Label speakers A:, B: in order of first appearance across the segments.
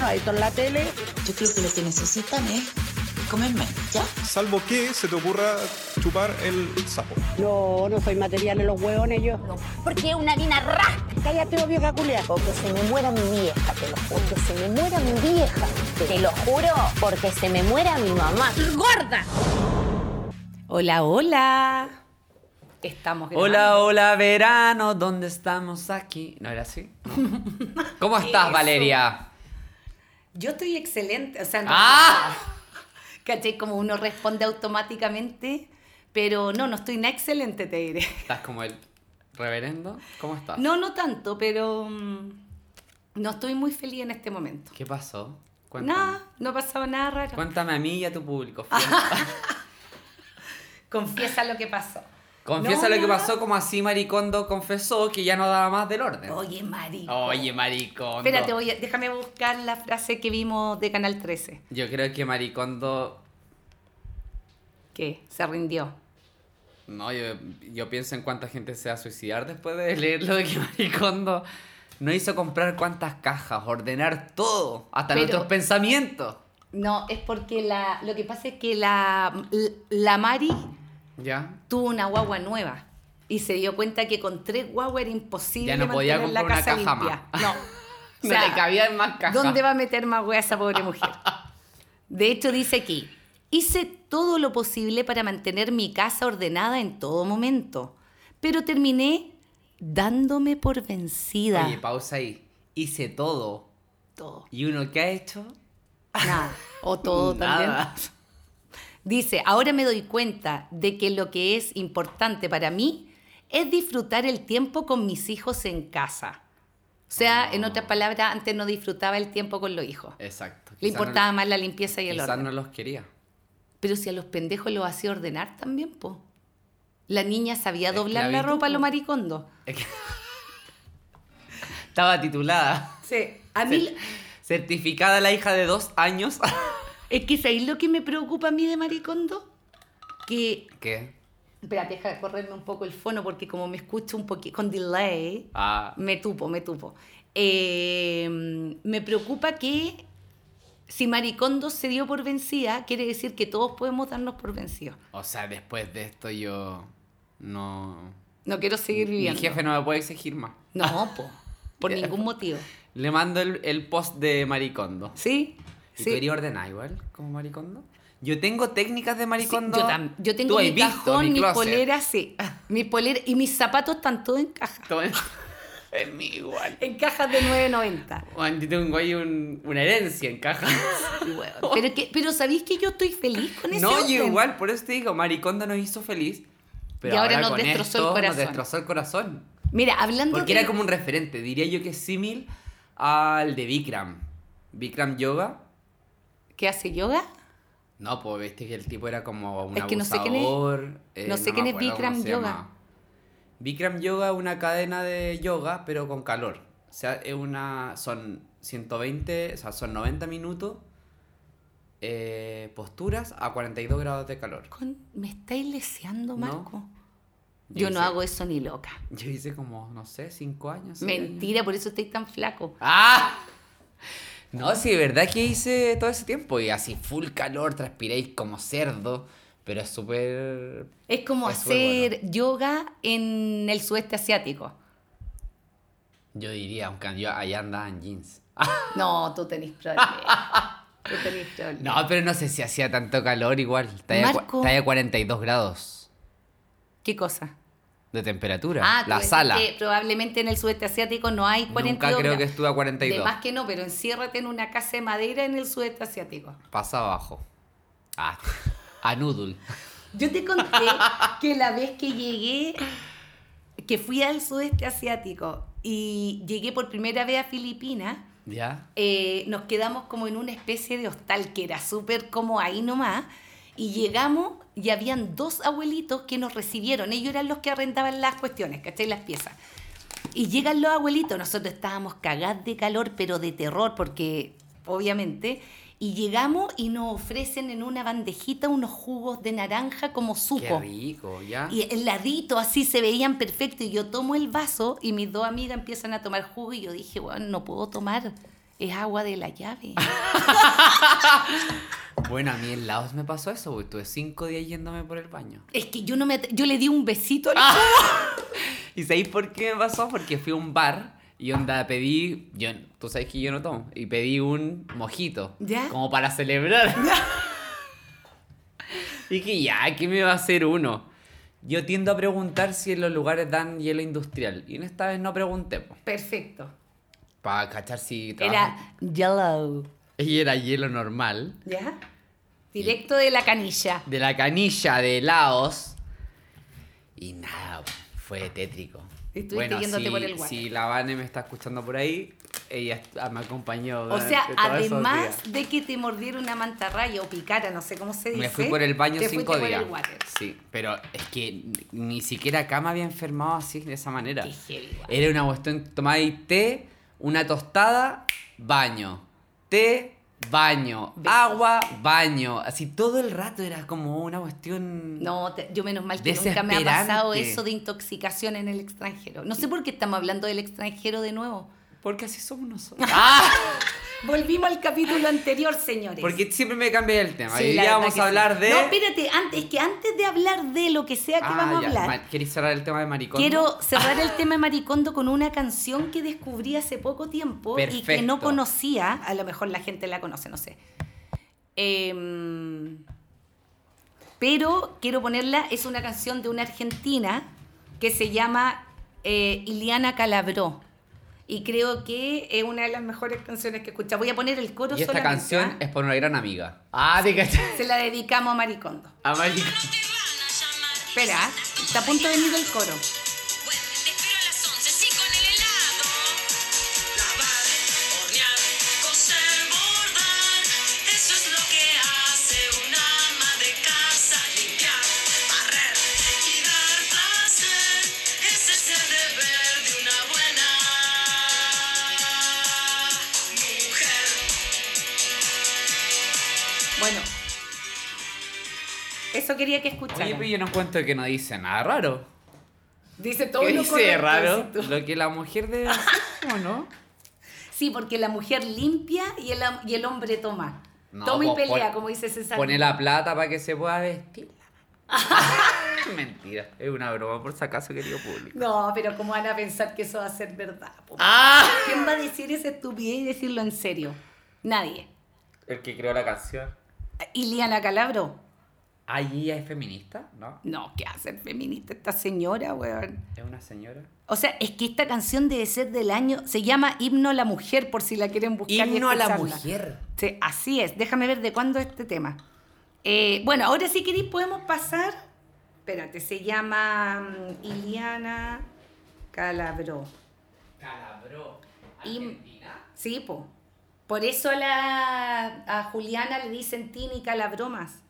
A: no hay en la tele.
B: Yo creo que lo que necesitan es comer menos, ¿ya?
C: Salvo que se te ocurra chupar el sapo.
A: Yo no soy material de los hueones, yo.
D: No, porque es una harina rasca.
A: Cállate, oh, vieja culia.
D: O que se me muera mi vieja, te lo juro. Que se me muera mi vieja. Te lo juro, porque se me muera mi mamá. ¡Gorda!
E: Hola, hola. Estamos grabando.
F: Hola, hola, verano, ¿dónde estamos aquí? ¿No era así? No. ¿Cómo estás,
E: Eso.
F: Valeria?
E: Yo estoy excelente. O sea, en
F: ¡Ah!
E: realidad, ¿cachai? Como uno responde automáticamente. Pero no, no estoy nada excelente, te diré.
F: ¿Estás como el reverendo? ¿Cómo estás?
E: No, no tanto, pero mm, no estoy muy feliz en este momento.
F: ¿Qué pasó? Cuéntame.
E: Nada, Ah, no ha pasado nada raro.
F: Cuéntame a mí y a tu público.
E: Confiesa lo que pasó.
F: Confiesa
E: No,
F: lo que
E: nada.
F: pasó, como así Maricondo confesó que ya no daba más del orden.
E: Oye, Mari.
F: Oye, Maricondo.
E: Espérate, voy a- déjame buscar la frase que vimos de Canal 13.
F: Yo creo que Maricondo.
E: ¿Qué? Se rindió.
F: No, yo, yo pienso en cuánta gente se va a suicidar después de leer lo de que Maricondo no hizo comprar cuántas cajas, ordenar todo, hasta
E: Pero-
F: nuestros pensamientos.
E: No, es porque la, lo que pasa es que la, la Mari
F: Ya.
E: tuvo una guagua nueva y se dio cuenta que con tres guaguas era imposible
F: Ya no podía
E: mantener la casa
F: comprar una caja
E: limpia.
F: más.
E: No.
F: No
E: O sea,
F: le cabían más cajas.
E: ¿Dónde va a meter más hueá esa pobre mujer? De hecho, dice aquí, hice todo lo posible para mantener mi casa ordenada en todo momento, pero terminé dándome por vencida.
F: Oye, pausa ahí. Hice todo.
E: todo.
F: ¿Y uno qué ha hecho?
E: Nada. O todo también.
F: Nada.
E: Dice, ahora me doy cuenta de que lo que es importante para mí es disfrutar el tiempo con mis hijos en casa. O
F: Ah.
E: sea, en otras palabras, antes no disfrutaba el tiempo con los hijos.
F: Exacto.
E: Le
F: Quizá no-
E: importaba más la limpieza y el
F: quizá
E: orden.
F: no los quería.
E: Pero si a los pendejos los hacía ordenar también, po. La niña sabía doblar la
F: Esclavitud,
E: ropa a lo
F: po.
E: maricondo.
F: Es que- Estaba titulada.
E: Sí. A mí,
F: Certificada la hija de dos años.
E: es que ¿sabéis lo que me preocupa a mí de maricondo? Que
F: ¿Qué?
E: Espérate, deja de correrme un poco el fono porque como me escucho un poquito con delay,
F: Ah,
E: me tupo, me tupo. Eh, me preocupa que si Maricondo se dio por vencida, quiere decir que todos podemos darnos por vencidos.
F: o sea, después de esto yo no...
E: No quiero seguir
F: Mi
E: viviendo.
F: jefe no me puede exigir más.
E: No, po, por ningún motivo.
F: Le mando el, el post de maricondo.
E: ¿Sí?
F: ¿Y tú
E: Sí.
F: eres ordenada igual como maricondo? Yo tengo técnicas de
E: Sí,
F: maricondo.
E: yo, tam- yo tengo
F: Tú
E: mi
F: has visto
E: cajón, mis
F: closet.
E: poleras, sí. Mis poleras y mis zapatos están todos en caja.
F: Todo es- es mi igual.
E: En cajas de 9.90.
F: Juan, yo tengo ahí un- una herencia en caja.
E: Y bueno, Pero, que, pero ¿sabéis que yo estoy feliz con ese
F: No, yo
E: orden?
F: igual, por eso te digo, Maricondo nos hizo feliz. Pero
E: Y ahora
F: ahora,
E: nos
F: con
E: destrozó el
F: esto,
E: corazón.
F: Nos destrozó el corazón.
E: Mira, hablando
F: Porque
E: de-
F: era como un referente, diría yo que es símil al de Vikram. Vikram Yoga.
E: que hace yoga,
F: No, pues viste que el tipo era como un
E: Es que no sé quién es-
F: abusador, eh,
E: no sé quién
F: me
E: es
F: acuerdo cómo
E: Bikram
F: se
E: Yoga.
F: llama. Bikram Yoga es una cadena de yoga, pero con calor. O sea, es una. Son 120, o sea, son 90 minutos. eh, posturas a 42 grados de calor.
E: con- me estáis leseando,
F: No.
E: Marco. Yo no
F: hice-
E: hago eso ni loca.
F: Yo hice como, no sé, 5 años. seis años.
E: Mentira, por eso estáis tan flaco.
F: ¡Ah! No, sí, de verdad que hice todo ese tiempo y así full calor, transpiréis como cerdo, pero es súper.
E: Es como
F: Es muy
E: hacer yoga en el sudeste asiático.
F: Yo diría, aunque yo allá andaba en jeans.
E: No, tú tenés problemas. tú tenés problemas.
F: No, pero no sé si hacía tanto calor igual. Está a,
E: Marco.
F: cua- está a 42 grados
E: ¿Qué cosa?
F: de temperatura.
E: Ah, tú
F: la
E: decís
F: sala.
E: que probablemente en el sudeste asiático no hay 40
F: Nunca creo que
E: grados.
F: estuve a
E: De
F: 42.
E: más que no, pero enciérrate en una casa de madera en el sudeste asiático.
F: Pasa abajo. Ah, a Noodle.
E: Yo te conté que la vez que llegué, que fui al sudeste asiático y llegué por primera vez a Filipinas,
F: ¿Ya?
E: eh, nos quedamos como en una especie de hostal que era súper como ahí nomás. Y llegamos y habían dos abuelitos que nos recibieron. Ellos eran los que arrendaban las cuestiones, ¿cachai? Las piezas. Y llegan los abuelitos, nosotros estábamos cagados de calor, pero de terror, porque obviamente. Y llegamos y nos ofrecen en una bandejita unos jugos de naranja como
F: Qué
E: supo.
F: rico, ¿ya?
E: Y heladito, así se veían perfecto. Y yo tomo el vaso y mis dos amigas empiezan a tomar jugo. Y yo dije, bueno, no puedo tomar. es agua de la llave.
F: Bueno, a mí en Laos me pasó eso, güey. Tuve cinco días yéndome por el baño.
E: es que yo no me atre- yo le di un besito al
F: ¿Y sabéis por qué me pasó? Porque fui a un bar y onda pedí. Yo, tú sabes que yo no tomo. Y pedí un mojito.
E: ¿Ya?
F: Como para celebrar. y que ya, ¿qué me va a hacer uno? Yo tiendo a preguntar si en los lugares dan hielo industrial. Y en esta vez no pregunté,
E: Perfecto.
F: Para cachar si trabajan.
E: Era yellow.
F: Y era hielo normal.
E: ¿Ya? Directo de la canilla.
F: de la canilla de Laos. Y nada, fue tétrico.
E: Estuviste yéndote
F: si,
E: por el water.
F: si la Vane me está escuchando por ahí, ella est- me acompañó.
E: O sea,
F: durante todos esos
E: además
F: días.
E: de que te mordiera una mantarraya o picara, no sé cómo se dice.
F: Me fui por el baño
E: te
F: cinco
E: fuiste por
F: días.
E: el water.
F: Sí, pero es que ni- ni siquiera acá me había enfermado así, de esa manera.
E: Qué heavy, guau.
F: Era una cuestión, tomáis té, una tostada, baño. Té, baño. Agua, baño. Así todo el rato era como una cuestión...
E: No, te- yo menos mal que nunca me ha
F: Desesperante.
E: pasado eso de intoxicación en el extranjero. No sé por qué estamos hablando del extranjero de nuevo.
F: Porque así somos nosotros. ¡Ah!
E: Volvimos al capítulo anterior, señores.
F: Porque siempre me cambié el tema.
E: Sí,
F: y
E: la
F: ya
E: verdad
F: vamos
E: que
F: a
E: sí.
F: hablar de.
E: No, espérate, antes, es que antes de hablar de lo que sea que
F: Ah,
E: vamos a
F: ya.
E: hablar,
F: Ma- ¿Queréis cerrar el tema de maricón?
E: quiero cerrar el tema de Maricondo con una canción que descubrí hace poco tiempo y que
F: Perfecto.
E: no conocía. A lo mejor la gente la conoce, no sé. Em, pero quiero ponerla, es una canción de una argentina que se llama eh, Iliana Calabró. Y creo que es una de las mejores canciones que he escuchado. Voy a poner el coro
F: Y esta
E: solamente,
F: canción
E: ¿ah?
F: es por una gran amiga. Ah, de que
E: Se la dedicamos a Maricondo.
F: A maricón.
E: Espera, ¿ah? está a punto de venir el coro.
G: Te espero a las 11, sí, con el helado. Lavar, hornear, coser, bordar. Eso es lo que hace un ama de casa. Limpiar, barrer y dar placer. Ese es el deber de una buena mujer.
E: Bueno, eso quería que escuchara.
F: Oye, pero yo no encuentro que no dice nada raro.
E: Dice todo
F: ¿Qué
E: lo
F: dice
E: correcto,
F: raro?
E: dices tú.
F: Lo que la mujer debe hacer, ¿o no?
E: Sí, porque la mujer limpia y el, am- y el hombre toma.
F: No,
E: toma y
F: po-
E: pelea,
F: pon-
E: como dice César.
F: Pone la plata para que se pueda vestir. Mentira, es una broma por si acaso, querido público.
E: No, pero ¿cómo van a pensar que eso va a ser verdad? po?
F: ¡Ah!
E: ¿Quién va a decir esa estupidez y decirlo en serio? Nadie.
F: El que creó la canción.
E: ¿Iliana Calabro?
F: ¿Ah, y ella es feminista? ¿No?
E: No, ¿qué hace feminista esta señora, weón?
F: ¿Es una señora?
E: O sea, es que esta canción debe ser del año. Se llama Himno a la Mujer, por si la quieren buscar. y
F: Himno a la
E: escucharla.
F: mujer.
E: Sí, así es. Déjame ver de cuándo es este tema. Eh, bueno, ahora si queréis podemos pasar. Espérate, se llama mm, Iliana Calabró.
F: Calabró.
E: Y- Sí, po. Por eso a, la, a Juliana le dicen Tini Calabró más.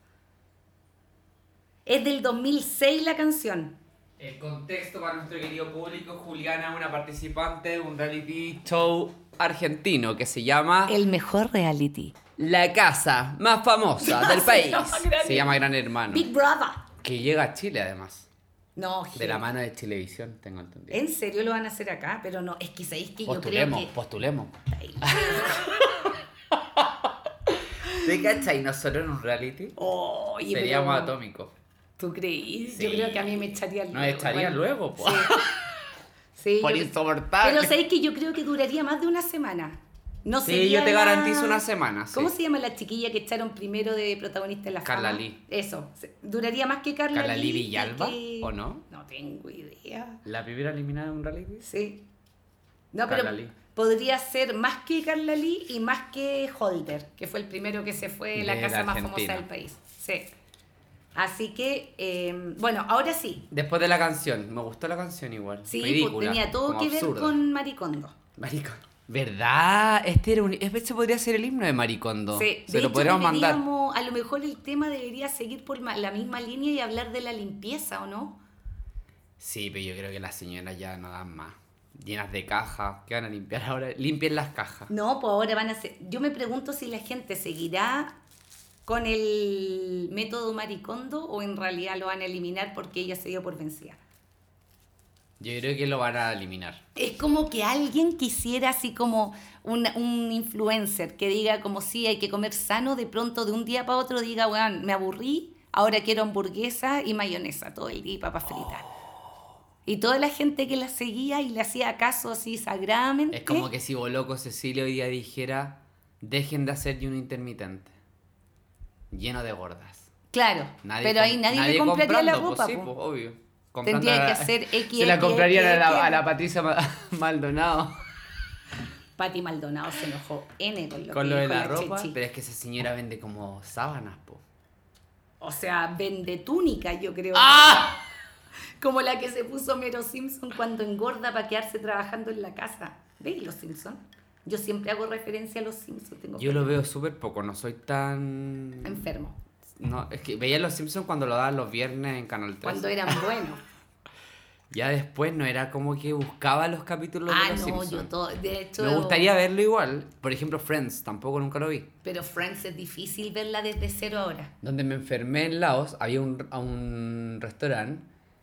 E: Es del 2006 la canción.
F: El contexto para nuestro querido público, Juliana es una participante de un reality show argentino que se llama
E: El mejor reality.
F: La Casa Más Famosa del país. Se llama Gran Hermano.
E: Big Brother.
F: Que llega a Chile además.
E: No,
F: De la
E: gente.
F: mano de Chilevisión, tengo entendido.
E: En serio lo van a hacer acá, pero no, es que sabéis que
F: postulemos,
E: yo creo que.
F: postulemos.
E: Ay,
F: ¿Te cachai? Nosotros en un reality
E: oye,
F: seríamos
E: pero-
F: atómicos.
E: ¿Tú creís?
F: Sí.
E: Yo creo que a mí me echaría luego.
F: Nos echarían
E: bueno.
F: luego, po.
E: Sí,
F: por
E: yo-
F: insoportable.
E: Pero sabéis que yo creo que duraría más de una semana. No
F: Sí,
E: sería
F: yo te
E: la-
F: garantizo una semana, sí.
E: ¿Cómo se llama la chiquilla que echaron primero de protagonista en la
F: Carla
E: fama?
F: Lee.
E: Eso. Se- Duraría más que Carla,
F: Carla Lee
E: Lee. y
F: Villalba,
E: que-
F: ¿o no?
E: No tengo idea.
F: ¿La primera eliminada de un reality?
E: Sí. No,
F: Carla
E: pero
F: Lee.
E: podría ser más que Carla Lee y más que Holder, que fue el primero que se fue de la
F: De la
E: casa más
F: Argentina.
E: famosa del país. Sí. Así que, eh, bueno, ahora sí,
F: Después de la canción, me gustó la canción igual.
E: Sí, pues,
F: Ridícula,
E: tenía todo
F: como
E: que ver
F: absurda.
E: con Maricondo.
F: Maricón. ¿Verdad? Este era un. Este podría ser el himno de Maricondo.
E: Sí,
F: Se
E: de
F: lo
E: hecho,
F: podríamos mandar.
E: deberíamos- A lo mejor el tema debería seguir por ma- la misma línea y hablar de la limpieza, ¿o no?
F: Sí, pero yo creo que las señoras ya no dan más. Llenas de cajas. ¿Qué van a limpiar ahora? Limpien las cajas.
E: No, pues ahora van a ser. Yo me pregunto si la gente seguirá con el método Maricondo o en realidad lo van a eliminar porque ella se dio por vencida.
F: Yo creo que lo van a eliminar.
E: Es como que alguien quisiera así como, una- un influencer que diga como sí, hay que comer sano, de pronto de un día para otro diga, weón, me aburrí, ahora quiero hamburguesa y mayonesa todo el día y papas fritas. Y toda la gente que la seguía y le hacía caso así sagradamente.
F: Es como que si Boloco Cecilio hoy día dijera, dejen de hacer ayuno intermitente. Lleno de gordas.
E: Claro,
F: Nadie
E: pero
F: com-
E: ahí nadie, le compraría la
F: comprando,
E: ropa.
F: Pues, sí,
E: po.
F: pues, obvio.
E: Tendría
F: a-
E: que hacer X,
F: Se la
E: X,
F: comprarían
E: X,
F: a, la,
E: X.
F: a la Patricia Ma- Maldonado.
E: Pati Maldonado se enojó N con lo,
F: Con
E: que
F: lo de
E: dijo
F: la ropa.
E: Chechi.
F: Pero es que esa señora vende como sábanas, po.
E: O sea, vende túnica, yo creo.
F: ¡Ah!
E: Como la que se puso Mero Simpson cuando engorda para quedarse trabajando en la casa. ¿Veis los Simpson? Yo siempre hago referencia a los Simpsons. Tengo
F: Yo
E: pena.
F: lo veo súper poco, no soy tan...
E: enfermo.
F: No, es que veía Los Simpsons cuando lo daban los viernes en Canal 3.
E: Cuando eran buenos.
F: Ya después no era como que buscaba los capítulos
E: ah,
F: de
E: no,
F: Los
E: yo
F: Simpsons.
E: todo. De hecho,
F: Me gustaría verlo igual. Por ejemplo, Friends, tampoco nunca lo vi.
E: Pero Friends es difícil verla desde cero ahora.
F: Donde me enfermé en Laos, había un, a un restaurante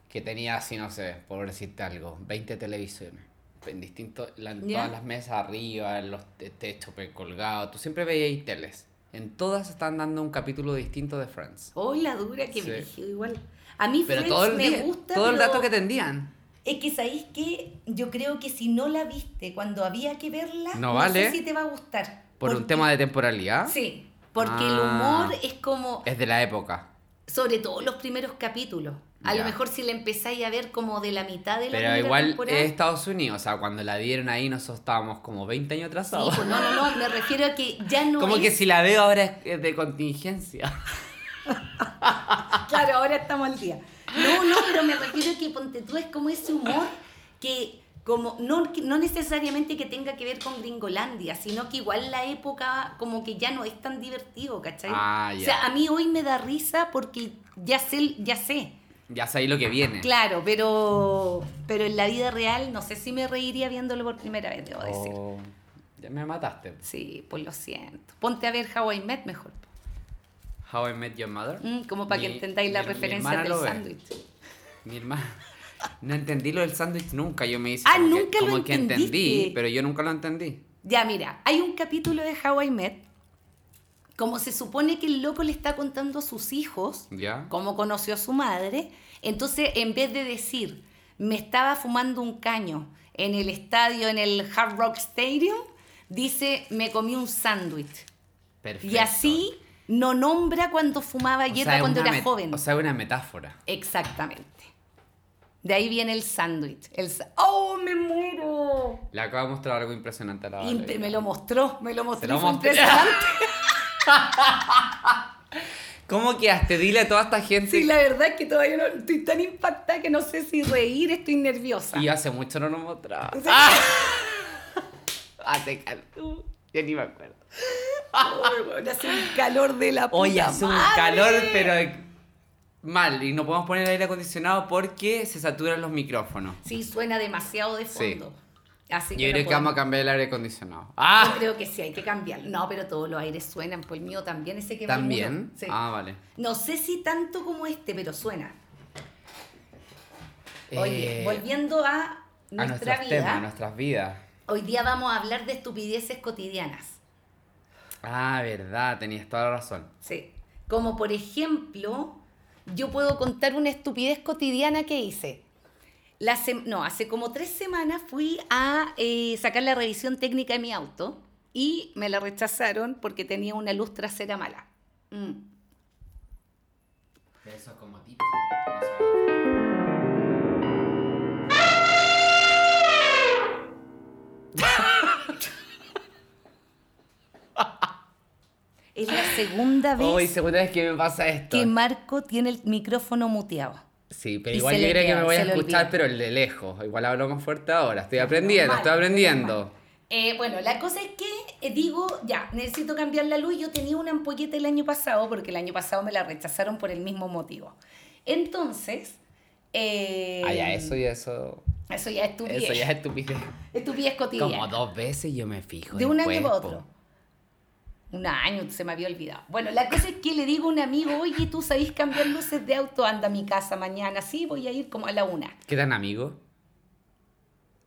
F: que tenía así, no sé, por decirte algo, 20 televisores. En distintos, la- en
E: Ya.
F: todas las mesas arriba, en los te- techos pe- colgados. Tú siempre veías ahí teles. En todas están dando un capítulo distinto de Friends.
E: Oh, la dura
F: Sí.
E: que me eligió igual. A mí
F: Pero
E: Friends
F: todo el,
E: me
F: día-
E: gusta.
F: todo el
E: pero-
F: dato que tendían.
E: Es que sabéis que yo creo que si no la viste cuando había que verla,
F: No vale.
E: sé si te va a gustar.
F: Por un
E: Porque-
F: tema de temporalidad.
E: Sí, porque
F: Ah.
E: el humor es como,
F: Es de la época.
E: sobre todo los primeros capítulos. A
F: Ya.
E: lo mejor si la empezáis a ver como de la mitad de la
F: Pero
E: primera
F: igual
E: temporada-
F: es Estados Unidos, o sea, cuando la dieron ahí nosotros estábamos como 20 años
E: Sí,
F: atrasados.
E: pues, no, no, no, me refiero a que ya no
F: como
E: es...
F: que si la veo ahora es- es de contingencia.
E: Claro, ahora estamos al día. No, no, pero me refiero a que Ponte tú es como ese humor que como no, que no necesariamente que tenga que ver con Gringolandia, sino que igual la época como que ya no es tan divertido, ¿cachai?
F: Ah, ya.
E: O sea, a mí hoy me da risa porque ya sé, ya sé.
F: Ya sabéis lo que viene.
E: Claro, pero, pero en la vida real no sé si me reiría viéndolo por primera vez, debo decir.
F: Oh, ya me mataste.
E: Sí, pues lo siento. Ponte a ver How I Met mejor.
F: How I Met Your Mother.
E: Mm, como para que
F: Mi-
E: entendáis la
F: mi- mi
E: referencia
F: hermana
E: del
F: lo ve.
E: sándwich.
F: Mi hermana. No entendí lo del sándwich nunca. Yo me hice
E: Ah,
F: como que-
E: nunca lo
F: como que entendí,
E: entendiste.
F: pero yo nunca lo entendí.
E: Ya, mira, hay un capítulo de How I Met. Como se supone que el loco le está contando a sus hijos
F: ¿Ya?
E: cómo conoció a su madre, entonces en vez de decir, me estaba fumando un caño en el estadio, en el Hard Rock Stadium, dice, me comí un sándwich.
F: Perfecto.
E: Y así no nombra cuando fumaba
F: O
E: hierba
F: sea, es
E: cuando
F: una
E: era
F: met-
E: joven.
F: O sea, es una metáfora.
E: Exactamente. De ahí viene el sándwich. El sa- ¡Oh, me muero!
F: Le acabo de mostrar algo impresionante a la
E: Imp-
F: Valeria.
E: me lo mostró, me lo mostró.
F: lo
E: y fue
F: mostré.
E: impresionante.
F: ¿Cómo quedaste? Dile a toda esta gente.
E: Sí, la verdad es que todavía no, estoy tan impactada que no sé si reír, estoy nerviosa.
F: Y hace mucho no nos mostraba. Ah, Hace calor. Yo ni me acuerdo.
E: Ay, weón, hace un calor de la puta
F: Oye, hace un
E: madre.
F: calor, pero mal. Y no podemos poner aire acondicionado porque se saturan los micrófonos.
E: Sí, suena demasiado de fondo. Así que
F: Yo
E: no
F: creo que vamos a
E: podemos-
F: cambiar el aire acondicionado.
E: Yo
F: ¡Ah!
E: creo que sí, hay que cambiarlo. No, pero todos los aires suenan, pues el mío también, ese que va al muro.
F: ¿También?
E: Sí.
F: Ah, vale.
E: No sé si tanto como este, pero suena. Oye,
F: Eh,
E: volviendo a
F: a
E: nuestra
F: nuestros
E: vida,
F: temas, a nuestras vidas.
E: hoy día vamos a hablar de estupideces cotidianas.
F: Ah, verdad, tenías toda la razón.
E: Sí. Como por ejemplo, yo puedo contar una estupidez cotidiana que hice. La sem- no, hace como tres semanas fui a eh, sacar la revisión técnica de mi auto y me la rechazaron porque tenía una luz trasera mala. Mm.
F: Eso como tipo.
E: Es la segunda vez
F: Hoy, segunda vez que me pasa esto.
E: que Marco tiene el micrófono muteado.
F: Sí, pero
E: Y
F: igual
E: se
F: yo
E: le
F: creo que
E: queda,
F: me voy a
E: se le
F: escuchar,
E: olvida.
F: pero el de lejos. Igual hablo más fuerte ahora. Estoy aprendiendo,
E: Normal,
F: estoy aprendiendo.
E: normal. Eh, bueno, la cosa es que eh, digo, ya, necesito cambiar la luz. Yo tenía una ampolleta el año pasado porque el año pasado me la rechazaron por el mismo motivo. Entonces... eh,
F: Ah, ya, eso y eso.
E: Eso ya es estupidez.
F: Eso ya es estupidez.
E: Estupidez cotidiana.
F: Como dos veces yo me fijo.
E: De un año
F: después,
E: para
F: po.
E: otro. Un año, se me había olvidado. Bueno, la cosa es que le digo a un amigo, oye, ¿tú sabés cambiar luces de auto? Anda a mi casa mañana. Sí, voy a ir como a la una.
F: ¿Qué tan amigo?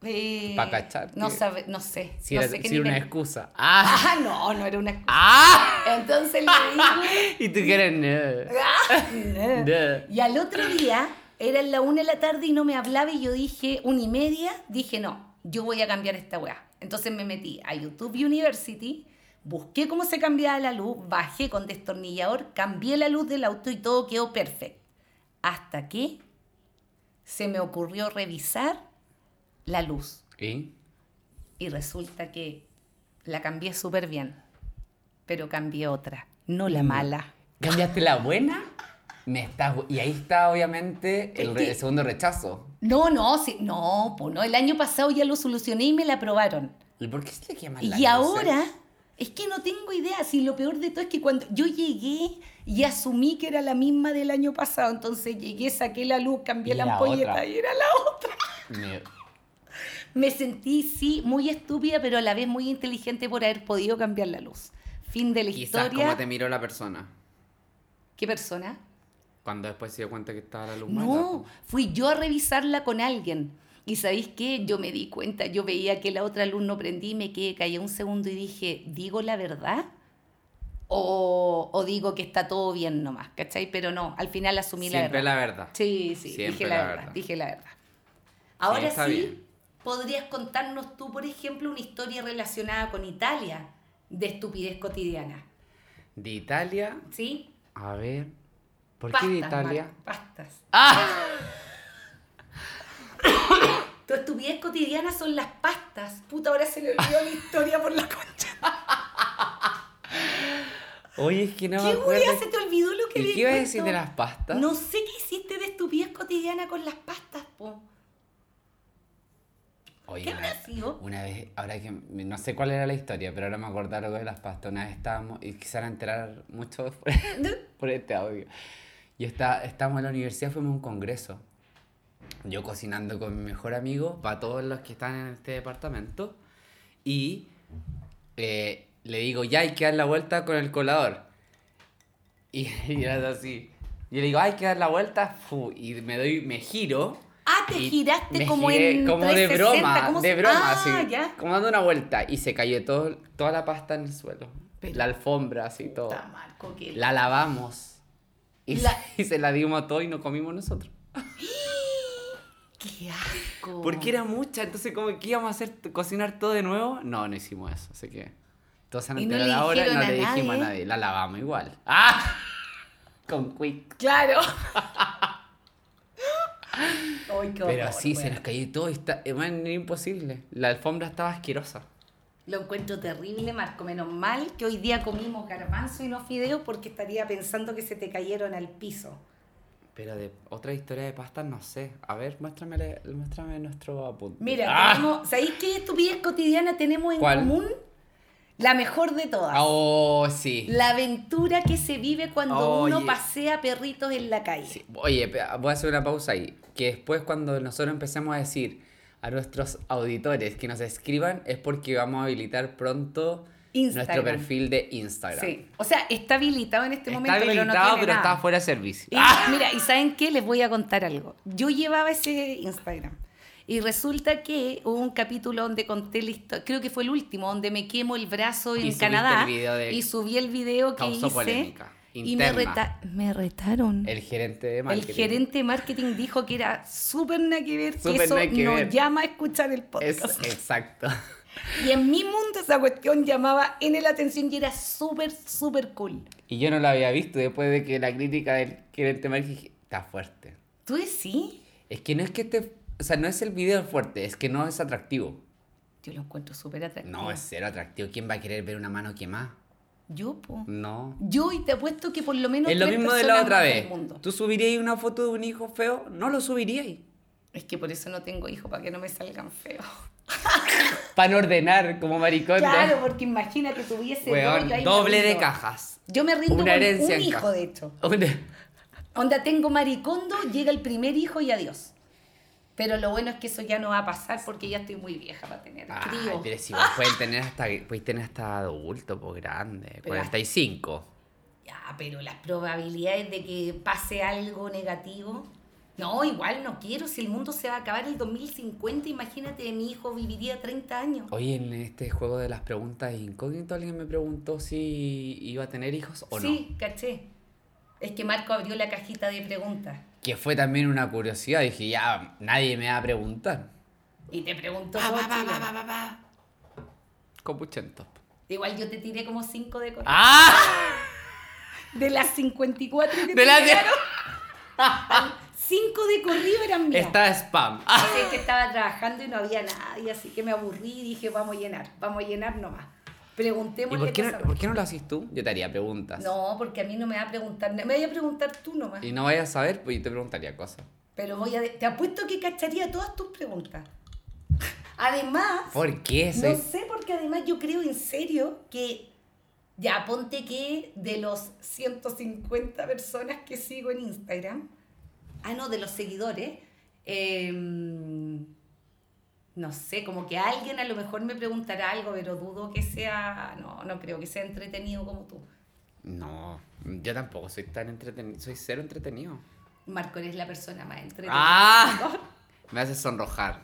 E: Eh,
F: Pa' cachar
E: No,
F: que-
E: sabe, no sé.
F: Si
E: no
F: era,
E: sé qué
F: si era una
E: nivel.
F: excusa. ¡Ah!
E: Ah, no, no era una excusa.
F: ¡Ah!
E: Entonces le
F: y tú quieres. no.
E: dije.
F: No.
E: "Ah". Y al otro día, era la una de la tarde y no me hablaba y yo dije, una y media, dije, no, yo voy a cambiar esta weá. Entonces me metí a YouTube University, busqué cómo se cambiaba la luz, bajé con destornillador, cambié la luz del auto y todo quedó perfecto. Hasta que se me ocurrió revisar la luz
F: ¿Y?
E: y resulta que la cambié súper bien, pero cambié otra, no la mala.
F: ¿Cambiaste la buena? Me estás... Y ahí está, obviamente, el, re- el segundo rechazo.
E: No, no, sí, no, pues no, el año pasado ya lo solucioné y me la aprobaron.
F: ¿Y por qué se le quema la
E: Y ahora, es que no tengo idea, si lo peor de todo es que cuando yo llegué y asumí que era la misma del año pasado, entonces llegué, saqué la luz, cambié
F: Y
E: la
F: era
E: ampolleta
F: otra.
E: y era la otra. Me sentí, sí, muy estúpida, pero a la vez muy inteligente por haber podido cambiar la luz. Fin de la
F: Quizás
E: historia.
F: cómo te miró la persona.
E: ¿Qué persona?
F: Cuando después se dio cuenta que estaba la luz
E: No, fui yo a revisarla con alguien. Y sabéis qué, yo me di cuenta, yo veía que la otra luz no prendí y me quedé callé un segundo y dije, ¿digo la verdad? O, o digo que está todo bien nomás, ¿cachai? Pero no, al final asumí
F: Siempre
E: la verdad.
F: la verdad.
E: Sí, sí,
F: Siempre
E: dije la,
F: la
E: verdad,
F: verdad.
E: dije la verdad. Ahora
F: está
E: sí,
F: bien.
E: podrías contarnos tú, por ejemplo, una historia relacionada con Italia de estupidez cotidiana,
F: De Italia...
E: ¿sí?
F: A ver... ¿Por
E: Pastas,
F: qué de Italia?
E: Marco, pastas. Tu estupidez cotidiana son las pastas. Puta, ahora se le olvidó la historia por la concha.
F: Oye, es que no me
E: ¿Qué
F: acuerdo.
E: wea se te olvidó lo que
F: ¿Y
E: le
F: qué ibas a
E: cuento?
F: decir de las pastas?
E: No sé qué hiciste de estupidez cotidiana con las pastas, po.
F: Oye,
E: ¿Qué
F: una,
E: habrá sido?
F: una vez, ahora que me- no sé cuál era la historia, pero ahora me acordé algo de las pastas. Una vez estábamos, y quisiera enterar mucho por, por este audio. Y está, estábamos en la universidad, fuimos a un congreso. Yo cocinando con mi mejor amigo, para todos los que están en este departamento. Y eh, le digo, ya hay que dar la vuelta con el colador. Y, y era así. Yo le digo, hay que dar la vuelta. fu, y me doy, me giro.
E: Ah, te
F: y
E: giraste
F: me
E: como
F: giré
E: en
F: Como de
E: 360,
F: broma,
E: ¿cómo
F: de
E: se-
F: broma,
E: Ah,
F: así.
E: ya.
F: Como dando una vuelta. Y se cayó todo, toda la pasta en el suelo.
E: Pero-
F: la alfombra, así todo.
E: Puta, Marco, que-
F: La lavamos. Y,
E: La-
F: Se, y se la dimos a todos y nos comimos nosotros.
E: Qué asco.
F: Porque era mucha, entonces como que íbamos a hacer cocinar todo de nuevo. No, no hicimos eso, así que. Todos se han
E: Y no
F: enterado
E: le
F: ahora y
E: dijeron
F: no
E: a
F: le dijimos a
E: nadie.
F: nadie. La lavamos igual. ¡Ah! Con quick.
E: Claro. Ay, qué
F: Pero
E: horror,
F: sí, se
E: weón.
F: nos cayó todo y está. eh, man, era imposible. La alfombra estaba asquerosa.
E: Lo encuentro terrible, Marco. Menos mal que hoy día comimos garbanzo y no fideos porque estaría pensando que se te cayeron al piso.
F: Pero de otra historia de pasta no sé. A ver, muéstrame, la- muéstrame nuestro apunte.
E: Mira,
F: ¡Ah!
E: tenemos, ¿sabéis qué estupidez cotidiana tenemos en
F: ¿Cuál?
E: común? La mejor de todas.
F: Oh, sí.
E: La aventura que se vive cuando uno
F: Oye.
E: pasea perritos en la calle.
F: Oh, Sí, Oye, pe- voy a hacer una pausa ahí. Que después cuando nosotros empecemos a decir a nuestros auditores que nos escriban es porque vamos a habilitar pronto
E: Instagram.
F: nuestro perfil de Instagram.
E: Sí. O sea, está habilitado en este
F: Está
E: momento, pero no
F: habilitado,
E: tiene
F: pero
E: nada.
F: está fuera de servicio.
E: Y,
F: ¡Ah!
E: Mira, ¿y saben qué? Les voy a contar algo. Yo llevaba ese Instagram. Y resulta que hubo un capítulo donde conté la historia, creo que fue el último, donde me quemo el brazo
F: Y
E: en
F: subiste
E: Canadá.
F: el video de-
E: y subí el video que
F: Causó
E: hice.
F: polémica
E: Y me,
F: interna.
E: reta- me retaron.
F: El gerente de
E: El
F: marketing.
E: gerente de marketing dijo que era súper nada que ver, que
F: Súper
E: eso
F: nada que
E: no
F: ver.
E: llama a escuchar el
F: Es,
E: podcast.
F: exacto.
E: Y en mi mundo esa cuestión llamaba en la atención y era súper, súper cool.
F: Y yo no lo había visto después de que la crítica del gerente de marketing dije, está fuerte.
E: ¿Tú decís?
F: Es que no es que este, o sea, no es el video fuerte, es que no es atractivo.
E: Yo lo encuentro súper atractivo.
F: No, es cero atractivo. ¿Quién va a querer ver una mano quemada?
E: Yo, po.
F: No.
E: Yo y te apuesto que por lo menos
F: es lo
E: tres
F: mismo de la
E: personas
F: otra
E: más del
F: vez.
E: mundo.
F: ¿Tú subirías una foto de un hijo feo? No lo subirías.
E: Es que por eso no tengo hijos, para que no me salgan feos.
F: Para ordenar como maricón. ¿no?
E: Claro, porque imagínate, tuviese
F: Weón,
E: dos, yo ahí me
F: doble de
E: rindo.
F: cajas.
E: Yo me rindo
F: Una
E: con
F: herencia
E: un
F: en
E: hijo,
F: caja.
E: de hecho.
F: Una-
E: Onda, tengo maricondo, llega el primer hijo y adiós. Pero lo bueno es que eso ya no va a pasar porque ya estoy muy vieja para tener
F: Ay,
E: críos.
F: pero si vos pueden tener hasta, puedes tener hasta adulto, pues grande.
E: Pero-
F: 45.
E: Ya, pero las probabilidades de que pase algo negativo. No, igual no quiero. Si el mundo se va a acabar el 2050, imagínate, mi hijo viviría 30 años.
F: Oye, en este juego de las preguntas incógnito alguien me preguntó si iba a tener hijos o
E: sí, caché. Es que Marco abrió la cajita de preguntas
F: no. Que fue también una curiosidad. Dije, ya, nadie me va a preguntar.
E: y te preguntó.
B: Va,
E: todo,
B: va, va,
E: Chile.
B: va, va, va, va.
F: Copuchento.
E: Igual yo te tiré como 5 de corrido.
F: ¡Ah!
E: De las 54 que
F: De
E: te
F: la-
E: tiraron, 5 de corrido eran mías.
F: Está spam. Ah,
E: Así que estaba trabajando y no había nadie, así que me aburrí y dije, vamos a llenar, vamos a llenar nomás.
F: ¿Y
E: Preguntémosle
F: por qué, no,
E: cosas más.
F: por qué no lo haces tú? Yo te haría preguntas.
E: No, porque a mí no me va a preguntar, na- me voy a preguntar tú nomás.
F: Y no vayas a saber, pues yo te preguntaría cosas.
E: Pero voy a. de- Te apuesto que cacharía todas tus preguntas. Además,
F: ¿Por qué?
E: no
F: Soy-
E: sé, porque además yo creo en serio que. Ya ponte que de los 150 personas que sigo en Instagram, ah, no, de los seguidores, eh, no sé, como que alguien a lo mejor me preguntará algo, pero dudo que sea, no, no creo que sea entretenido como tú.
F: No, yo tampoco soy tan entretenido. Soy cero entretenido.
E: Marco, eres la persona más entretenida.
F: ¡Ah! Me hace sonrojar.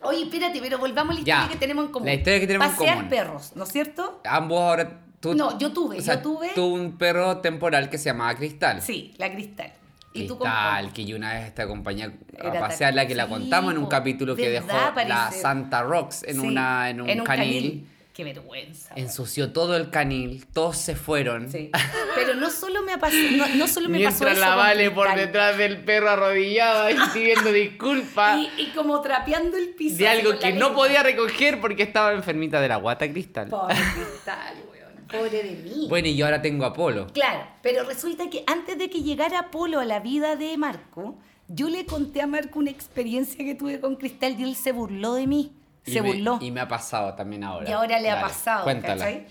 E: Oye, espérate, pero volvamos a la
F: Ya,
E: historia que tenemos en común.
F: la historia que tenemos en
E: Pasear
F: común.
E: perros, ¿no es cierto?
F: Ambos ahora. Tú,
E: No, yo tuve,
F: o sea,
E: yo tuve-
F: Tuve un perro temporal que se llamaba Cristal.
E: Sí, la Cristal. ¿Y tú con
F: Cristal, que yo una vez te acompañé a
E: Era
F: pasear, la que la
E: taxi,
F: contamos en un
E: po.
F: capítulo que dejó
E: ¿Verdad?
F: la
E: Parece.
F: Santa Rocks en,
E: Sí,
F: una, en un canil. Eh.
E: Qué vergüenza.
F: Ensució todo el canil, todos se fueron.
E: Sí. Pero no solo me pasó, no, no solo me pasó
F: Mientras
E: eso
F: la
E: con
F: Vale por
E: Cristal.
F: detrás del perro arrodillada y pidiendo disculpas
E: Y, y como trapeando el piso.
F: de
E: así
F: algo
E: con la
F: que no
E: lengua.
F: podía recoger porque estaba enfermita de la guata cristal.
E: Pobre Cristal, weón. Pobre de mí.
F: Bueno, y yo ahora tengo a Polo.
E: Claro, pero resulta que antes de que llegara Polo a la vida de Marco, yo le conté a Marco una experiencia que tuve con Cristal y él se burló de mí.
F: Y
E: se
F: me-
E: burló.
F: Y me ha pasado también ahora.
E: Y ahora le ha
F: Dale,
E: pasado,
F: Cuéntala.
E: ¿cachai?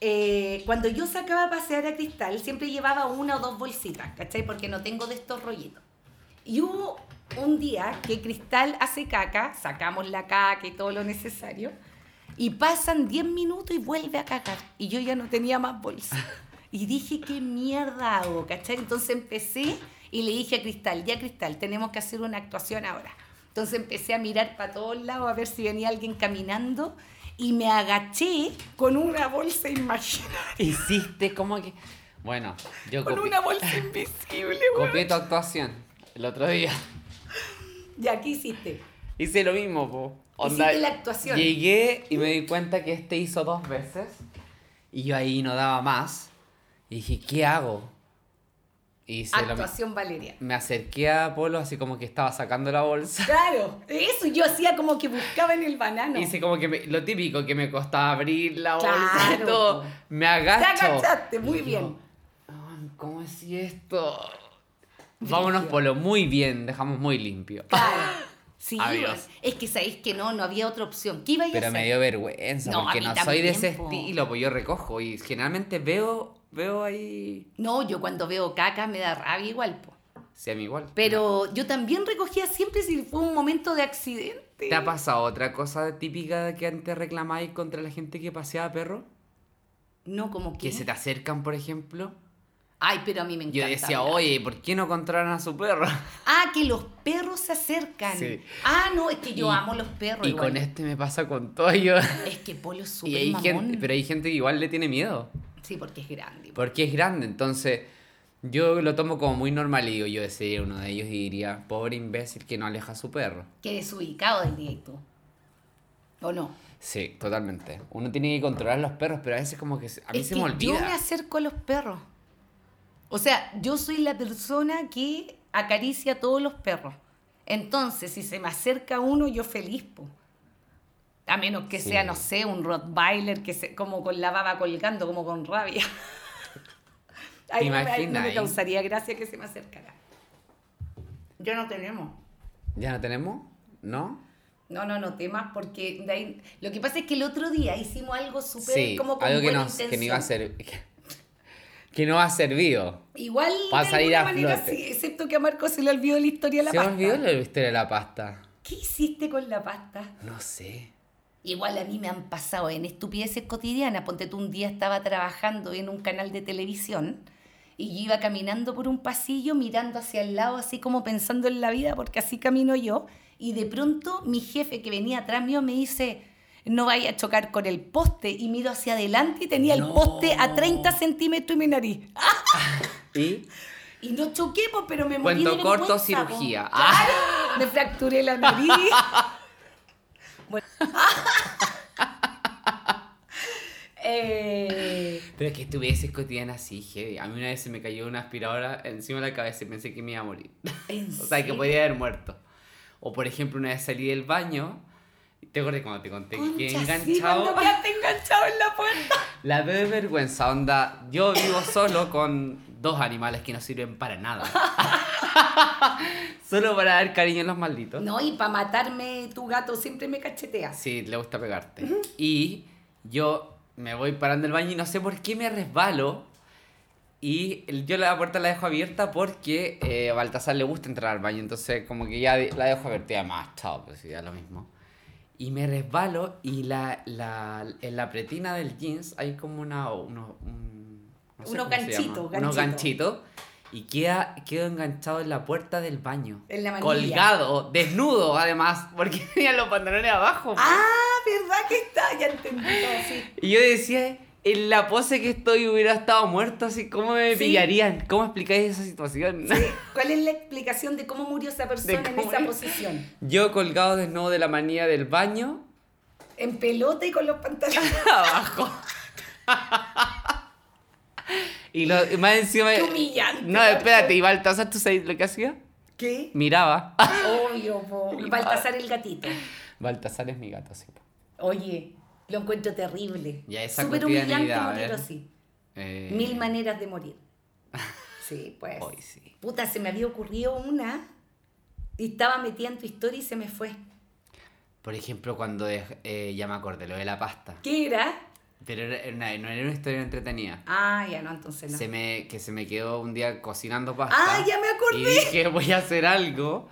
E: Eh, cuando yo sacaba a pasear a Cristal, siempre llevaba una o dos bolsitas, ¿cachai? Porque no tengo de estos rollitos. Y hubo un día que Cristal hace caca, sacamos la caca y todo lo necesario, y pasan 10 minutos y vuelve a cagar. Y yo ya no tenía más bolsa. Y dije, ¿qué mierda hago? ¿Cachai? Entonces empecé y le dije a Cristal, ya Cristal, tenemos que hacer una actuación ahora. Entonces empecé a mirar para todos lados a ver si venía alguien caminando y me agaché con una bolsa imaginaria,
F: Hiciste como que. Bueno, yo
E: con
F: copié,
E: una bolsa invisible. güey.
F: copié tu actuación el otro día.
E: Ya, ¿qué hiciste?
F: Hice lo mismo, po.
E: Hiciste la actuación.
F: Llegué y me di cuenta que este hizo dos veces. Y yo ahí no daba más. Y dije, ¿qué hago? Y hice lo mismo.
E: Actuación Valeria.
F: Me acerqué a Polo así como que estaba sacando la bolsa.
E: Claro, eso yo hacía como que buscaba en el banano.
F: Hice como que me- lo típico que me costaba abrir la
E: Claro,
F: bolsa y todo.
E: po.
F: Me agacho.
E: Te agachaste, muy
F: Y
E: bien.
F: yo, "Ay, ¿Cómo es esto? Vámonos, Polo, muy bien, dejamos muy limpio.
E: Claro. Sí,
F: Adiós.
E: bueno, es que sabéis que no, no había otra opción. ¿Qué iba a
F: Pero
E: hacer?
F: me dio vergüenza
E: No, a
F: porque
E: mí
F: no soy de ese
E: también, po.
F: estilo, pues yo recojo y generalmente veo, veo ahí.
E: No, yo cuando veo caca me da rabia igual, po.
F: Sí, a mí igual.
E: Pero yo también recogía siempre si fue un momento de accidente.
F: ¿Te ha pasado otra cosa típica que antes reclamáis contra la gente que paseaba perro?
E: No, como
F: Que
E: que.
F: se te acercan, por ejemplo.
E: Ay, pero a mí me encanta.
F: Yo decía,
E: hablar.
F: oye, ¿por qué no controlan a su perro?
E: Ah, que los perros se acercan.
F: Sí.
E: Ah, no, es que yo
F: Y-
E: amo los perros.
F: Y
E: igual.
F: con este me pasa con todo yo.
E: Es que Polo es
F: Y
E: súper
F: hay
E: mamón.
F: gente, pero hay gente que igual le tiene miedo.
E: Sí, porque es grande. igual.
F: Porque es grande, entonces yo lo tomo como muy normal y digo, yo sería uno de ellos y diría, pobre imbécil que no aleja a su perro.
E: Que desubicado del directo. ¿O no?
F: Sí, totalmente. Uno tiene que controlar los perros, pero a veces como que se- a mí
E: Es
F: se
E: que
F: me olvida.
E: Yo me acerco a los perros. O sea, yo soy la persona que acaricia a todos los perros. Entonces, si se me acerca uno, yo feliz, po. A menos que
F: Sí.
E: sea, no sé, un Rottweiler que se, como con la baba colgando, como con rabia. Ahí no me- ahí no
F: imaginas,
E: me
F: eh?
E: causaría gracia que se me acercara. Yo no tenemos.
F: ¿Ya no tenemos? ¿No?
E: No, no, no temas, porque de ahí- lo que pasa es que el otro día hicimos algo súper
F: sí,
E: como con
F: algo que
E: buena
F: no, que no
E: intención.
F: iba a ser... Que no ha servido.
E: Igual
F: Va a
E: de
F: salir
E: alguna
F: a
E: manera
F: flote.
E: sí, excepto que a Marco se le olvidó la historia de la
F: Se me
E: pasta.
F: olvidó la historia de la pasta.
E: ¿Qué hiciste con la pasta?
F: No sé.
E: Igual a mí me han pasado en estupideces cotidianas. Ponte tú un día estaba trabajando en un canal de televisión Y yo iba caminando por un pasillo, mirando hacia el lado, así como pensando en la vida, porque así camino yo. Y de pronto mi jefe que venía atrás mío me dice, no vaya a chocar con el poste. Y miro hacia adelante y tenía el
F: No.
E: poste a 30 centímetros y mi nariz. ¡Ah!
F: Y
E: Y no choqué, po, pero me morí
F: cuento
E: de
F: corto,
E: vergüenza, po.
F: cirugía. Ah,
E: Me fracturé la nariz. Bueno. Eh,
F: pero es que estuviese cotidiana así, heavy. A mí una vez se me cayó una aspiradora encima de la cabeza y pensé que me iba a morir.
E: ¿en
F: O sea, que
E: serio?
F: podía haber muerto. O por ejemplo, una vez salí del baño, te acordé cuando te conté que
E: Concha, sí,
F: enganchado.
E: cuando quedaste enganchado en la puerta.
F: La de vergüenza, onda. Yo vivo solo con dos animales que no sirven para nada. solo para dar cariño a los malditos.
E: No, y para matarme tu gato siempre me cacheteas.
F: Sí, le gusta pegarte. Y yo me voy parando el baño y no sé por qué me resbalo. Y el- yo la puerta la dejo abierta porque eh, a Baltasar le gusta entrar al baño. Entonces, como que ya de- la dejo abierta y además, chao, pues ya lo mismo. Y me resbalo y la, la, en la pretina del jeans hay como una, uno- un- no sé
E: Unos
F: cómo se llama,
E: ganchitos,
F: Unos
E: ganchitos.
F: ganchitos. Y queda, quedo enganchado en la puerta del baño.
E: En la manilla.
F: colgado, desnudo además, porque tenía los pantalones abajo.
E: Ah, ¿verdad que está? Ya entendí todo, sí.
F: Y yo decía, en la pose que estoy hubiera estado muerto, así, ¿cómo me
E: Sí.
F: pillarían? ¿Cómo explicáis esa situación?
E: ¿Cuál es la explicación de cómo murió esa persona en
F: cómo
E: esa
F: es.
E: posición?
F: Yo colgado desnudo de la manía del baño,
E: En pelota y con los pantalones.
F: abajo. y, lo, y más encima...
E: Qué humillante,
F: No, espérate, y Baltasar, ¿tú sabes lo que hacía?
E: ¿Qué?
F: Miraba.
E: Obvio, po. Y Baltasar el gatito.
F: Baltasar es mi gato, sí. po.
E: Oye, lo encuentro terrible.
F: Ya, esa
E: Súper humillante
F: cotidianidad, a
E: morir
F: ver.
E: así.
F: Eh,
E: Mil maneras de morir. Sí, pues.
F: Hoy sí.
E: Puta, se me había ocurrido una y estaba metida en tu historia y se me fue.
F: Por ejemplo, cuando dej- eh, ya me acordé, lo de la pasta.
E: ¿Qué era?
F: Pero era- era una- no era una historia entretenida.
E: Ah, ya no, entonces no.
F: se me, que se me quedó un día cocinando pasta.
E: Ah, ya me acordé.
F: Y dije, voy a hacer algo.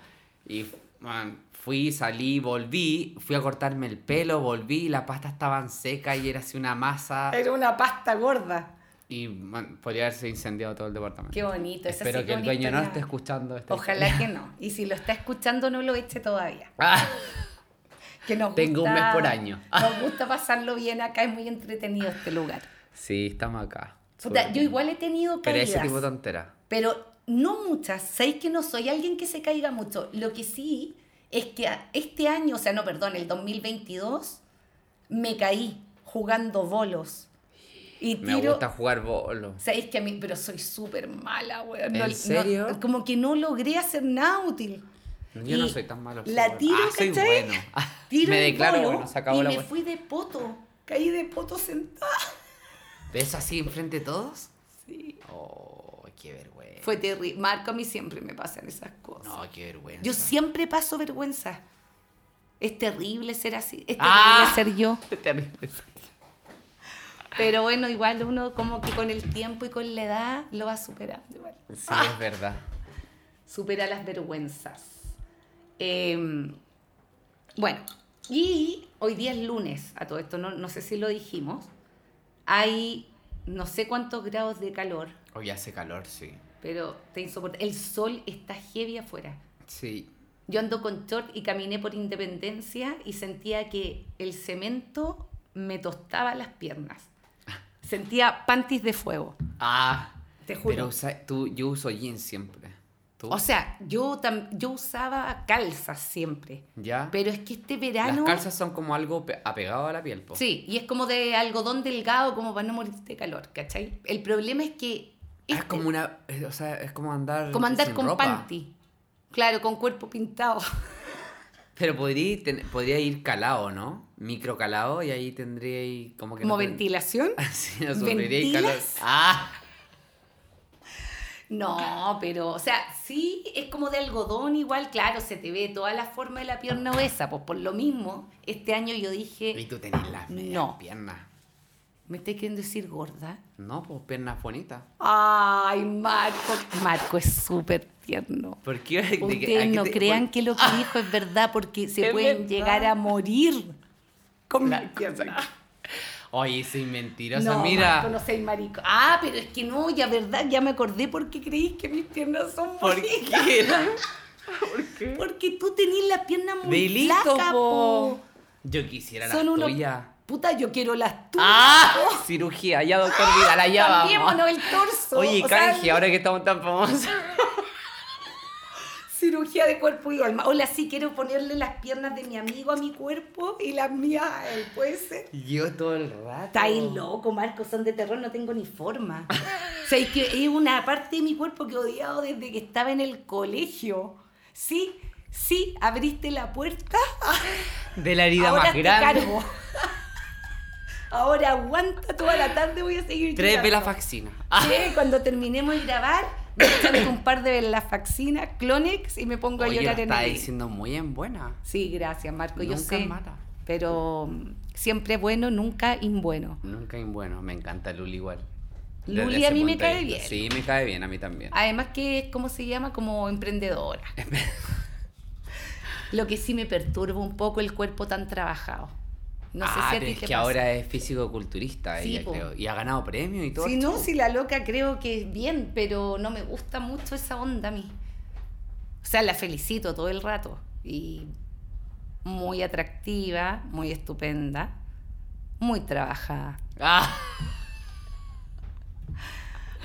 F: Y man, fui, salí, volví. Fui a cortarme el pelo, volví. La pasta estaba seca y era así una masa.
E: Era una pasta gorda.
F: Y man, podría haberse incendiado todo el departamento.
E: Qué bonito. esa
F: Espero
E: sí
F: que el
E: es
F: dueño
E: una
F: no esté
E: historia.
F: escuchando este esta
E: Ojalá
F: historia.
E: que no. Y si lo está escuchando, no lo eche todavía.
F: Ah,
E: Que nos
F: Tengo un
E: gusta-
F: mes por año.
E: Nos gusta pasarlo bien acá, es muy entretenido este lugar.
F: sí, estamos acá.
E: Puta,
F: Súper
E: yo
F: bien.
E: igual he tenido
F: Pero
E: caídas.
F: ese tipo de tontera.
E: pero no muchas. Sabéis que no soy alguien que se caiga mucho. Lo que sí es que a- este año, o sea, no, perdón, el 2022, me caí jugando bolos. Y
F: Me
E: tiro.
F: gusta jugar bolo.
E: Sabéis que a mí, pero soy súper mala, weón.
F: ¿En serio?
E: como que no logré hacer nada útil.
F: Yo no
E: Y
F: soy tan malo.
E: La
F: jugando.
E: tiro,
F: ah, soy
E: ¿cachai?
F: bueno.
E: Tiro
F: me
E: el
F: declaro
E: bolo
F: bueno, se acabó
E: y
F: la
E: me
F: cuestión.
E: fui de poto. Caí de poto sentada.
F: ¿Ves así enfrente de todos? Sí. Oh, qué vergüenza.
E: Fue terrible. Marco, a mí siempre me pasan esas cosas.
F: No, qué vergüenza.
E: Yo siempre paso vergüenza. Es terrible ser así. Es terrible
F: Ah.
E: ser yo.
F: Terrible.
E: Pero bueno, igual uno como que con el tiempo y con la edad lo va superando. igual.
F: Sí, es verdad.
E: Supera las vergüenzas. Eh, bueno, y hoy día es lunes, a todo esto, no, no sé si lo dijimos. Hay no sé cuántos grados de calor,
F: Hoy Oh, hace calor, sí.
E: pero te insoporta. El sol está heavy afuera.
F: Sí.
E: Yo ando con short y caminé por Independencia y sentía que el cemento me tostaba las piernas. Sentía panties de fuego,
F: Ah,
E: te juro.
F: pero usa- tú, yo uso jeans siempre. ¿Tú?
E: o sea, yo, tam- yo usaba calzas siempre.
F: ¿Ya?
E: Pero es que este
F: Las
E: verano...
F: calzas son como algo pe- apegado a la piel, po.
E: Sí, y es como de algodón delgado, como para no morirte de calor, ¿cachai? El problema es que...
F: Ah, Es
E: este-
F: como una. es- O sea, es como andar.
E: como andar
F: sin
E: con
F: ropa.
E: panty. Claro, con cuerpo pintado.
F: Pero podría, ten- podría ir calado, ¿no? Micro calado y ahí tendría ahí como que.
E: Como
F: no ten-
E: ventilación.
F: Sí, no sufriría y calor.
E: ¿Ventilas?
F: Ah,
E: No, pero, o sea, sí, es como de algodón igual, claro, se te ve toda la forma de la pierna obesa, pues por lo mismo, este año yo
F: y
E: dije,
F: tú tenés las medias
E: No.
F: piernas.
E: ¿me estoy queriendo decir gorda?
F: No, pues piernas bonitas.
E: Ay, Marco, Marco es súper tierno.
F: ¿Por qué? ¿De qué- a
E: Ustedes
F: qué
E: no
F: te-
E: crean
F: por-
E: que lo que dijo es verdad porque se
F: Es
E: pueden
F: verdad.
E: llegar a morir con la
F: Cosa- Oye, sin mentirosa,
E: no,
F: mira.
E: Marco, no seas marico. Ah, pero es que no, ya verdad, ya me acordé porque creís que mis piernas son
F: ¿Por
E: bonitas.
F: qué?
E: Porque tú tenés las piernas muy
F: Delito,
E: flacas,
F: po.
E: po.
F: Yo quisiera la
E: Son unos-
F: tuya.
E: Puta, yo quiero las tuyas. Oh.
F: ¡Ah! Cirugía, ya doctor Vidal, allá
E: Cambiémonos
F: vamos.
E: el torso.
F: Oye,
E: O sea,
F: canje, ahora que estamos tan famosos.
E: Cirugía de cuerpo y alma. Hola, sí, quiero ponerle las piernas de mi amigo a mi cuerpo y las mías a él, puede ser.
F: Yo todo el rato.
E: Está ahí loco, Marco, son de terror, no tengo ni forma. o sea, es que es una parte de mi cuerpo que he odiado desde que estaba en el colegio. Sí, sí, abriste la puerta.
F: De la herida
E: Ahora
F: más
E: te
F: grande.
E: cargo. Ahora aguanta toda la tarde, voy a seguir
F: Tres
E: llorando.
F: velas vaccina.
E: Sí, cuando terminemos de grabar, me echan un par de lafaxina, Clonex y me pongo a
F: Oye, lo
E: llorar en
F: está
E: el
F: diciendo muy en buena.
E: Sí, gracias, Marco. yo
F: Nunca
E: sé.
F: mala.
E: Pero mm, siempre bueno, nunca imbueno.
F: Nunca en bueno, me encanta Luli igual.
E: Luli
F: Desde ese
E: a mí me
F: punto de
E: cae
F: vista.
E: bien.
F: Sí, me cae bien, a mí también.
E: Además que es, ¿cómo se llama? Como emprendedora. Lo que sí me perturba un poco el cuerpo tan trabajado. No
F: ah,
E: sé si a
F: pero
E: ti
F: es
E: te
F: que
E: pasa.
F: ahora es físico-culturista
E: Sí,
F: ella,
E: po.
F: creo. Y ha ganado premios y todo.
E: Si
F: esto.
E: no, si la loca creo que es bien, pero no me gusta mucho esa onda a mí. O sea, la felicito todo el rato. Y muy atractiva, muy estupenda, muy trabajada.
F: Ah,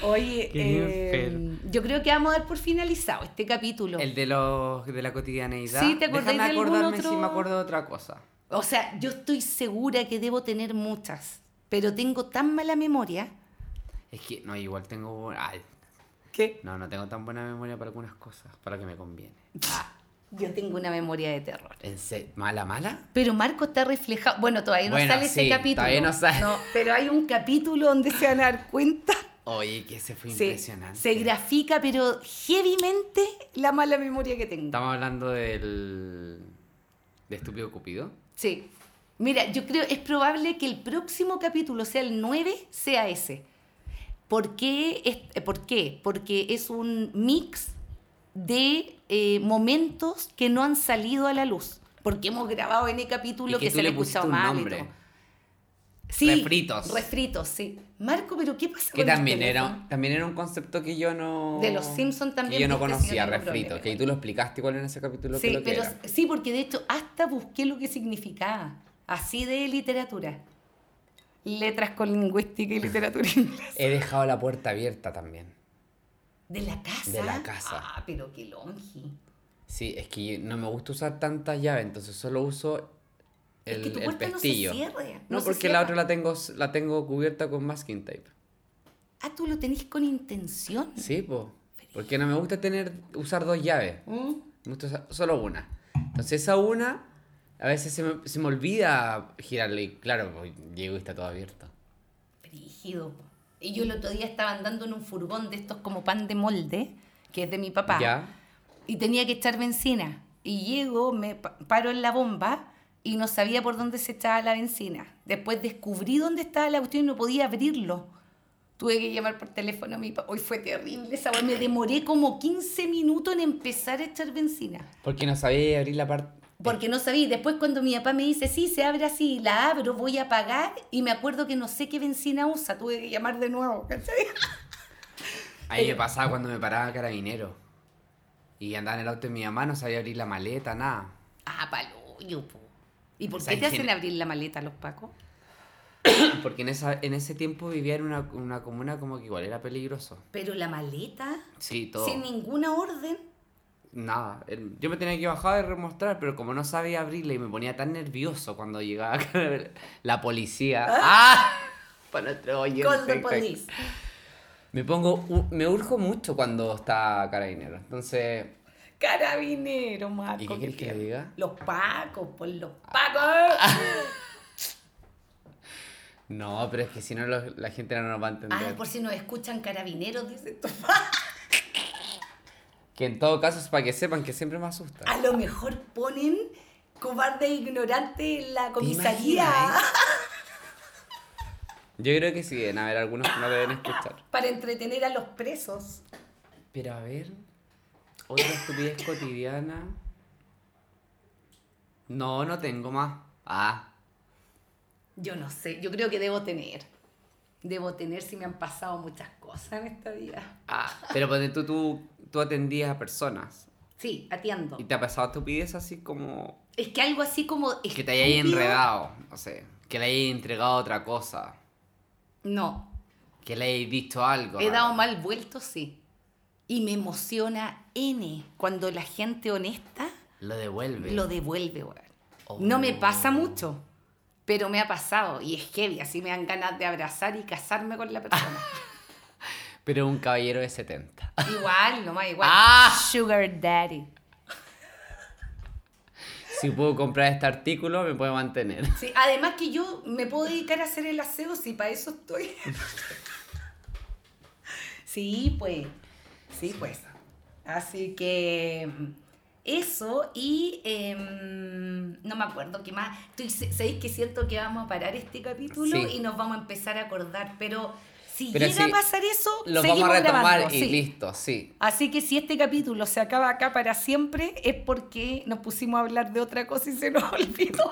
E: Oye,
F: Qué
E: eh,
F: enfermo.
E: yo creo que vamos a dar por finalizado este capítulo.
F: el de los de la cotidianeidad.
E: Sí, ¿te acordáis
F: Déjame
E: de algún
F: acordarme
E: otro?
F: si me acuerdo de otra cosa.
E: O sea, yo estoy segura que debo tener muchas, pero tengo tan mala memoria.
F: Es que, no, igual tengo... ay,
E: ¿Qué?
F: no, no tengo tan buena memoria para algunas cosas, para lo que me conviene.
E: Yo tengo una memoria de terror.
F: ¿En serio? ¿Mala, mala?
E: Pero Marco está reflejado. Bueno, todavía no
F: Bueno,
E: sale ese
F: sí,
E: capítulo.
F: todavía no sale.
E: pero hay un capítulo donde se van a dar cuenta.
F: Oye, que ese fue
E: Se-
F: impresionante.
E: Se, grafica, pero heavymente, la mala memoria que tengo.
F: Estamos hablando del... De Estúpido Cupido.
E: Sí. Mira, yo creo, es probable que el próximo capítulo, o sea el 9, sea ese. ¿Por qué? es- eh, ¿Por qué? Porque es un mix de eh, momentos que no han salido a la luz. Porque hemos grabado en el capítulo
F: Y
E: que,
F: tú
E: se le ha
F: pusiste
E: escuchado
F: un
E: mal. y
F: nombre,
E: todo. Sí,
F: Refritos.
E: Refritos, sí. Marco, pero ¿qué pasa
F: Que
E: con este los
F: también era,
E: teléfonos?
F: también era un concepto que yo no...
E: De los Simpson
F: Que
E: también este
F: yo no
E: viste, si no
F: conocía,
E: tengo
F: refrito.
E: problema.
F: Que tú lo explicaste igual en ese capítulo que
E: Sí,
F: lo que
E: pero,
F: era.
E: sí, porque de hecho hasta busqué lo que significaba. Así de literatura. Letras con lingüística y literatura inglesa.
F: He dejado la puerta abierta también.
E: De la casa.
F: De la casa.
E: Ah, pero qué longi.
F: Sí, es que no me gusta usar tantas llaves, entonces solo uso el,
E: Es que tu
F: el
E: puerta no se
F: pestillo.
E: cierra, no
F: No,
E: se
F: porque
E: cierra.
F: la otra la tengo, la tengo cubierta con masking tape.
E: Ah, tú lo tenés con intención.
F: Sí, po. Porque no me gusta tener, usar dos llaves.
E: Mm.
F: Me gusta usar solo una. Entonces esa una, a veces se me, se me olvida girarle. Y claro, pues, llego y está todo abierto.
E: Brígido. Y yo el otro día estaba andando en un furgón de estos como pan de molde, que es de mi papá.
F: Ya.
E: Y tenía que echar benzina. Y llego, me pa- paro en la bomba y no sabía por dónde se echaba la benzina. Después descubrí dónde estaba la cuestión y no podía abrirlo. Tuve que llamar por teléfono a mi papá. Hoy fue terrible esa hue- Me demoré como 15 minutos en empezar a echar benzina.
F: Porque no sabía abrir la parte.
E: Porque no sabía. Y Después cuando mi papá me dice, sí, se abre así, la abro, voy a pagar. Y me acuerdo que no sé qué benzina usa. Tuve que llamar de nuevo. ¿cachai?
F: A mí me pasaba cuando me paraba carabinero. Y andaba en el auto de mi mamá, no sabía abrir la maleta, nada.
E: Ah, paloyo, po. ¿Y por
F: O
E: qué
F: sea,
E: te
F: en
E: hacen
F: gener-
E: abrir la maleta los pacos?
F: Porque en, esa, en ese tiempo vivía en una, una comuna como que igual era peligroso.
E: Pero la maleta...
F: Sí, todo.
E: Sin ninguna orden.
F: Nada. El- Yo me tenía que bajar y remostrar, pero como no sabía abrirla y me ponía tan nervioso cuando llegaba la policía. ¡Ah! Para nuestro
E: Call the
F: oyente.
E: police.
F: Me pongo. u- Me urjo mucho cuando está carabinero. Entonces.
E: Carabinero, Marco.
F: ¿Y qué querés que
E: tierno.
F: diga? Ah.
E: Los pacos, por los pacos.
F: No, pero es que si no, los- la gente no nos va a entender.
E: Ah, por si nos escuchan carabineros, dice tu
F: Que en todo caso es para que sepan que siempre me asusta.
E: A lo mejor ponen cobarde e ignorante en la comisaría
F: imaginas, Yo creo que sí, deben haber algunos que no deben escuchar.
E: para entretener a los presos.
F: Pero a ver, otra estupidez cotidiana. No, no tengo más. Ah.
E: Yo no sé, yo creo que debo tener. Debo tener si me han pasado muchas cosas en esta vida.
F: Ah, pero ponte tú, tú, tú atendías a personas.
E: Sí, atiendo.
F: ¿Y te ha pasado estupidez así como
E: Es que algo así como...
F: que te hayas
E: estúpido-
F: enredado? No sé, que le hayas entregado otra cosa,
E: No,
F: que le hayas visto algo.
E: He
F: raro.
E: dado mal vuelto, sí. Y me emociona N cuando la gente honesta
F: Lo devuelve.
E: lo devuelve, weón.
F: Oh.
E: No me pasa mucho, pero me ha pasado y es heavy, así me dan ganas de abrazar y casarme con la persona.
F: Pero un caballero de 70.
E: igual, nomás igual.
F: Ah.
E: Sugar daddy.
F: si puedo comprar este artículo, me puede mantener.
E: Sí, además que yo me puedo dedicar a hacer el aseo si para eso estoy. sí, pues. Sí, pues. Así que mm, eso y em, no me acuerdo qué más. Estoy- se- Sabéis que siento que vamos a parar este capítulo
F: Sí.
E: y nos vamos a empezar a acordar, pero si
F: Pero
E: llega
F: sí,
E: a pasar eso,
F: Lo
E: seguimos
F: vamos a retomar
E: grabando,
F: y
E: sí.
F: listo, sí.
E: Así que si este capítulo se acaba acá para siempre es porque nos pusimos a hablar de otra cosa y se nos olvidó.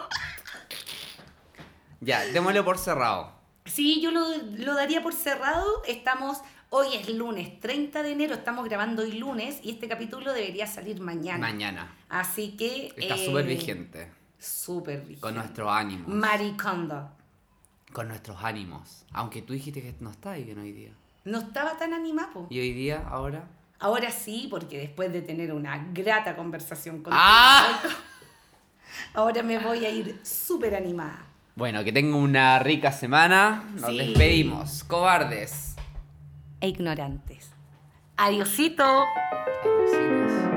F: Ya, démoslo por cerrado.
E: Sí, yo lo, lo daría por cerrado. Estamos, hoy es lunes 30 de enero, estamos grabando hoy lunes y este capítulo debería salir mañana.
F: Mañana.
E: Así que...
F: Está
E: eh,
F: súper vigente.
E: Súper vigente.
F: Con nuestros ánimos.
E: Maricondo.
F: Con nuestros ánimos. Aunque tú dijiste que no está bien hoy día.
E: No estaba tan animado.
F: Y hoy día, ahora.
E: Ahora sí, porque después de tener una grata conversación con
F: ¡Ah!
E: ahora me voy a ir súper animada.
F: Bueno, que tengan una rica semana. Nos
E: Sí.
F: despedimos. Cobardes.
E: E ignorantes. Adiosito.
F: Adiositos.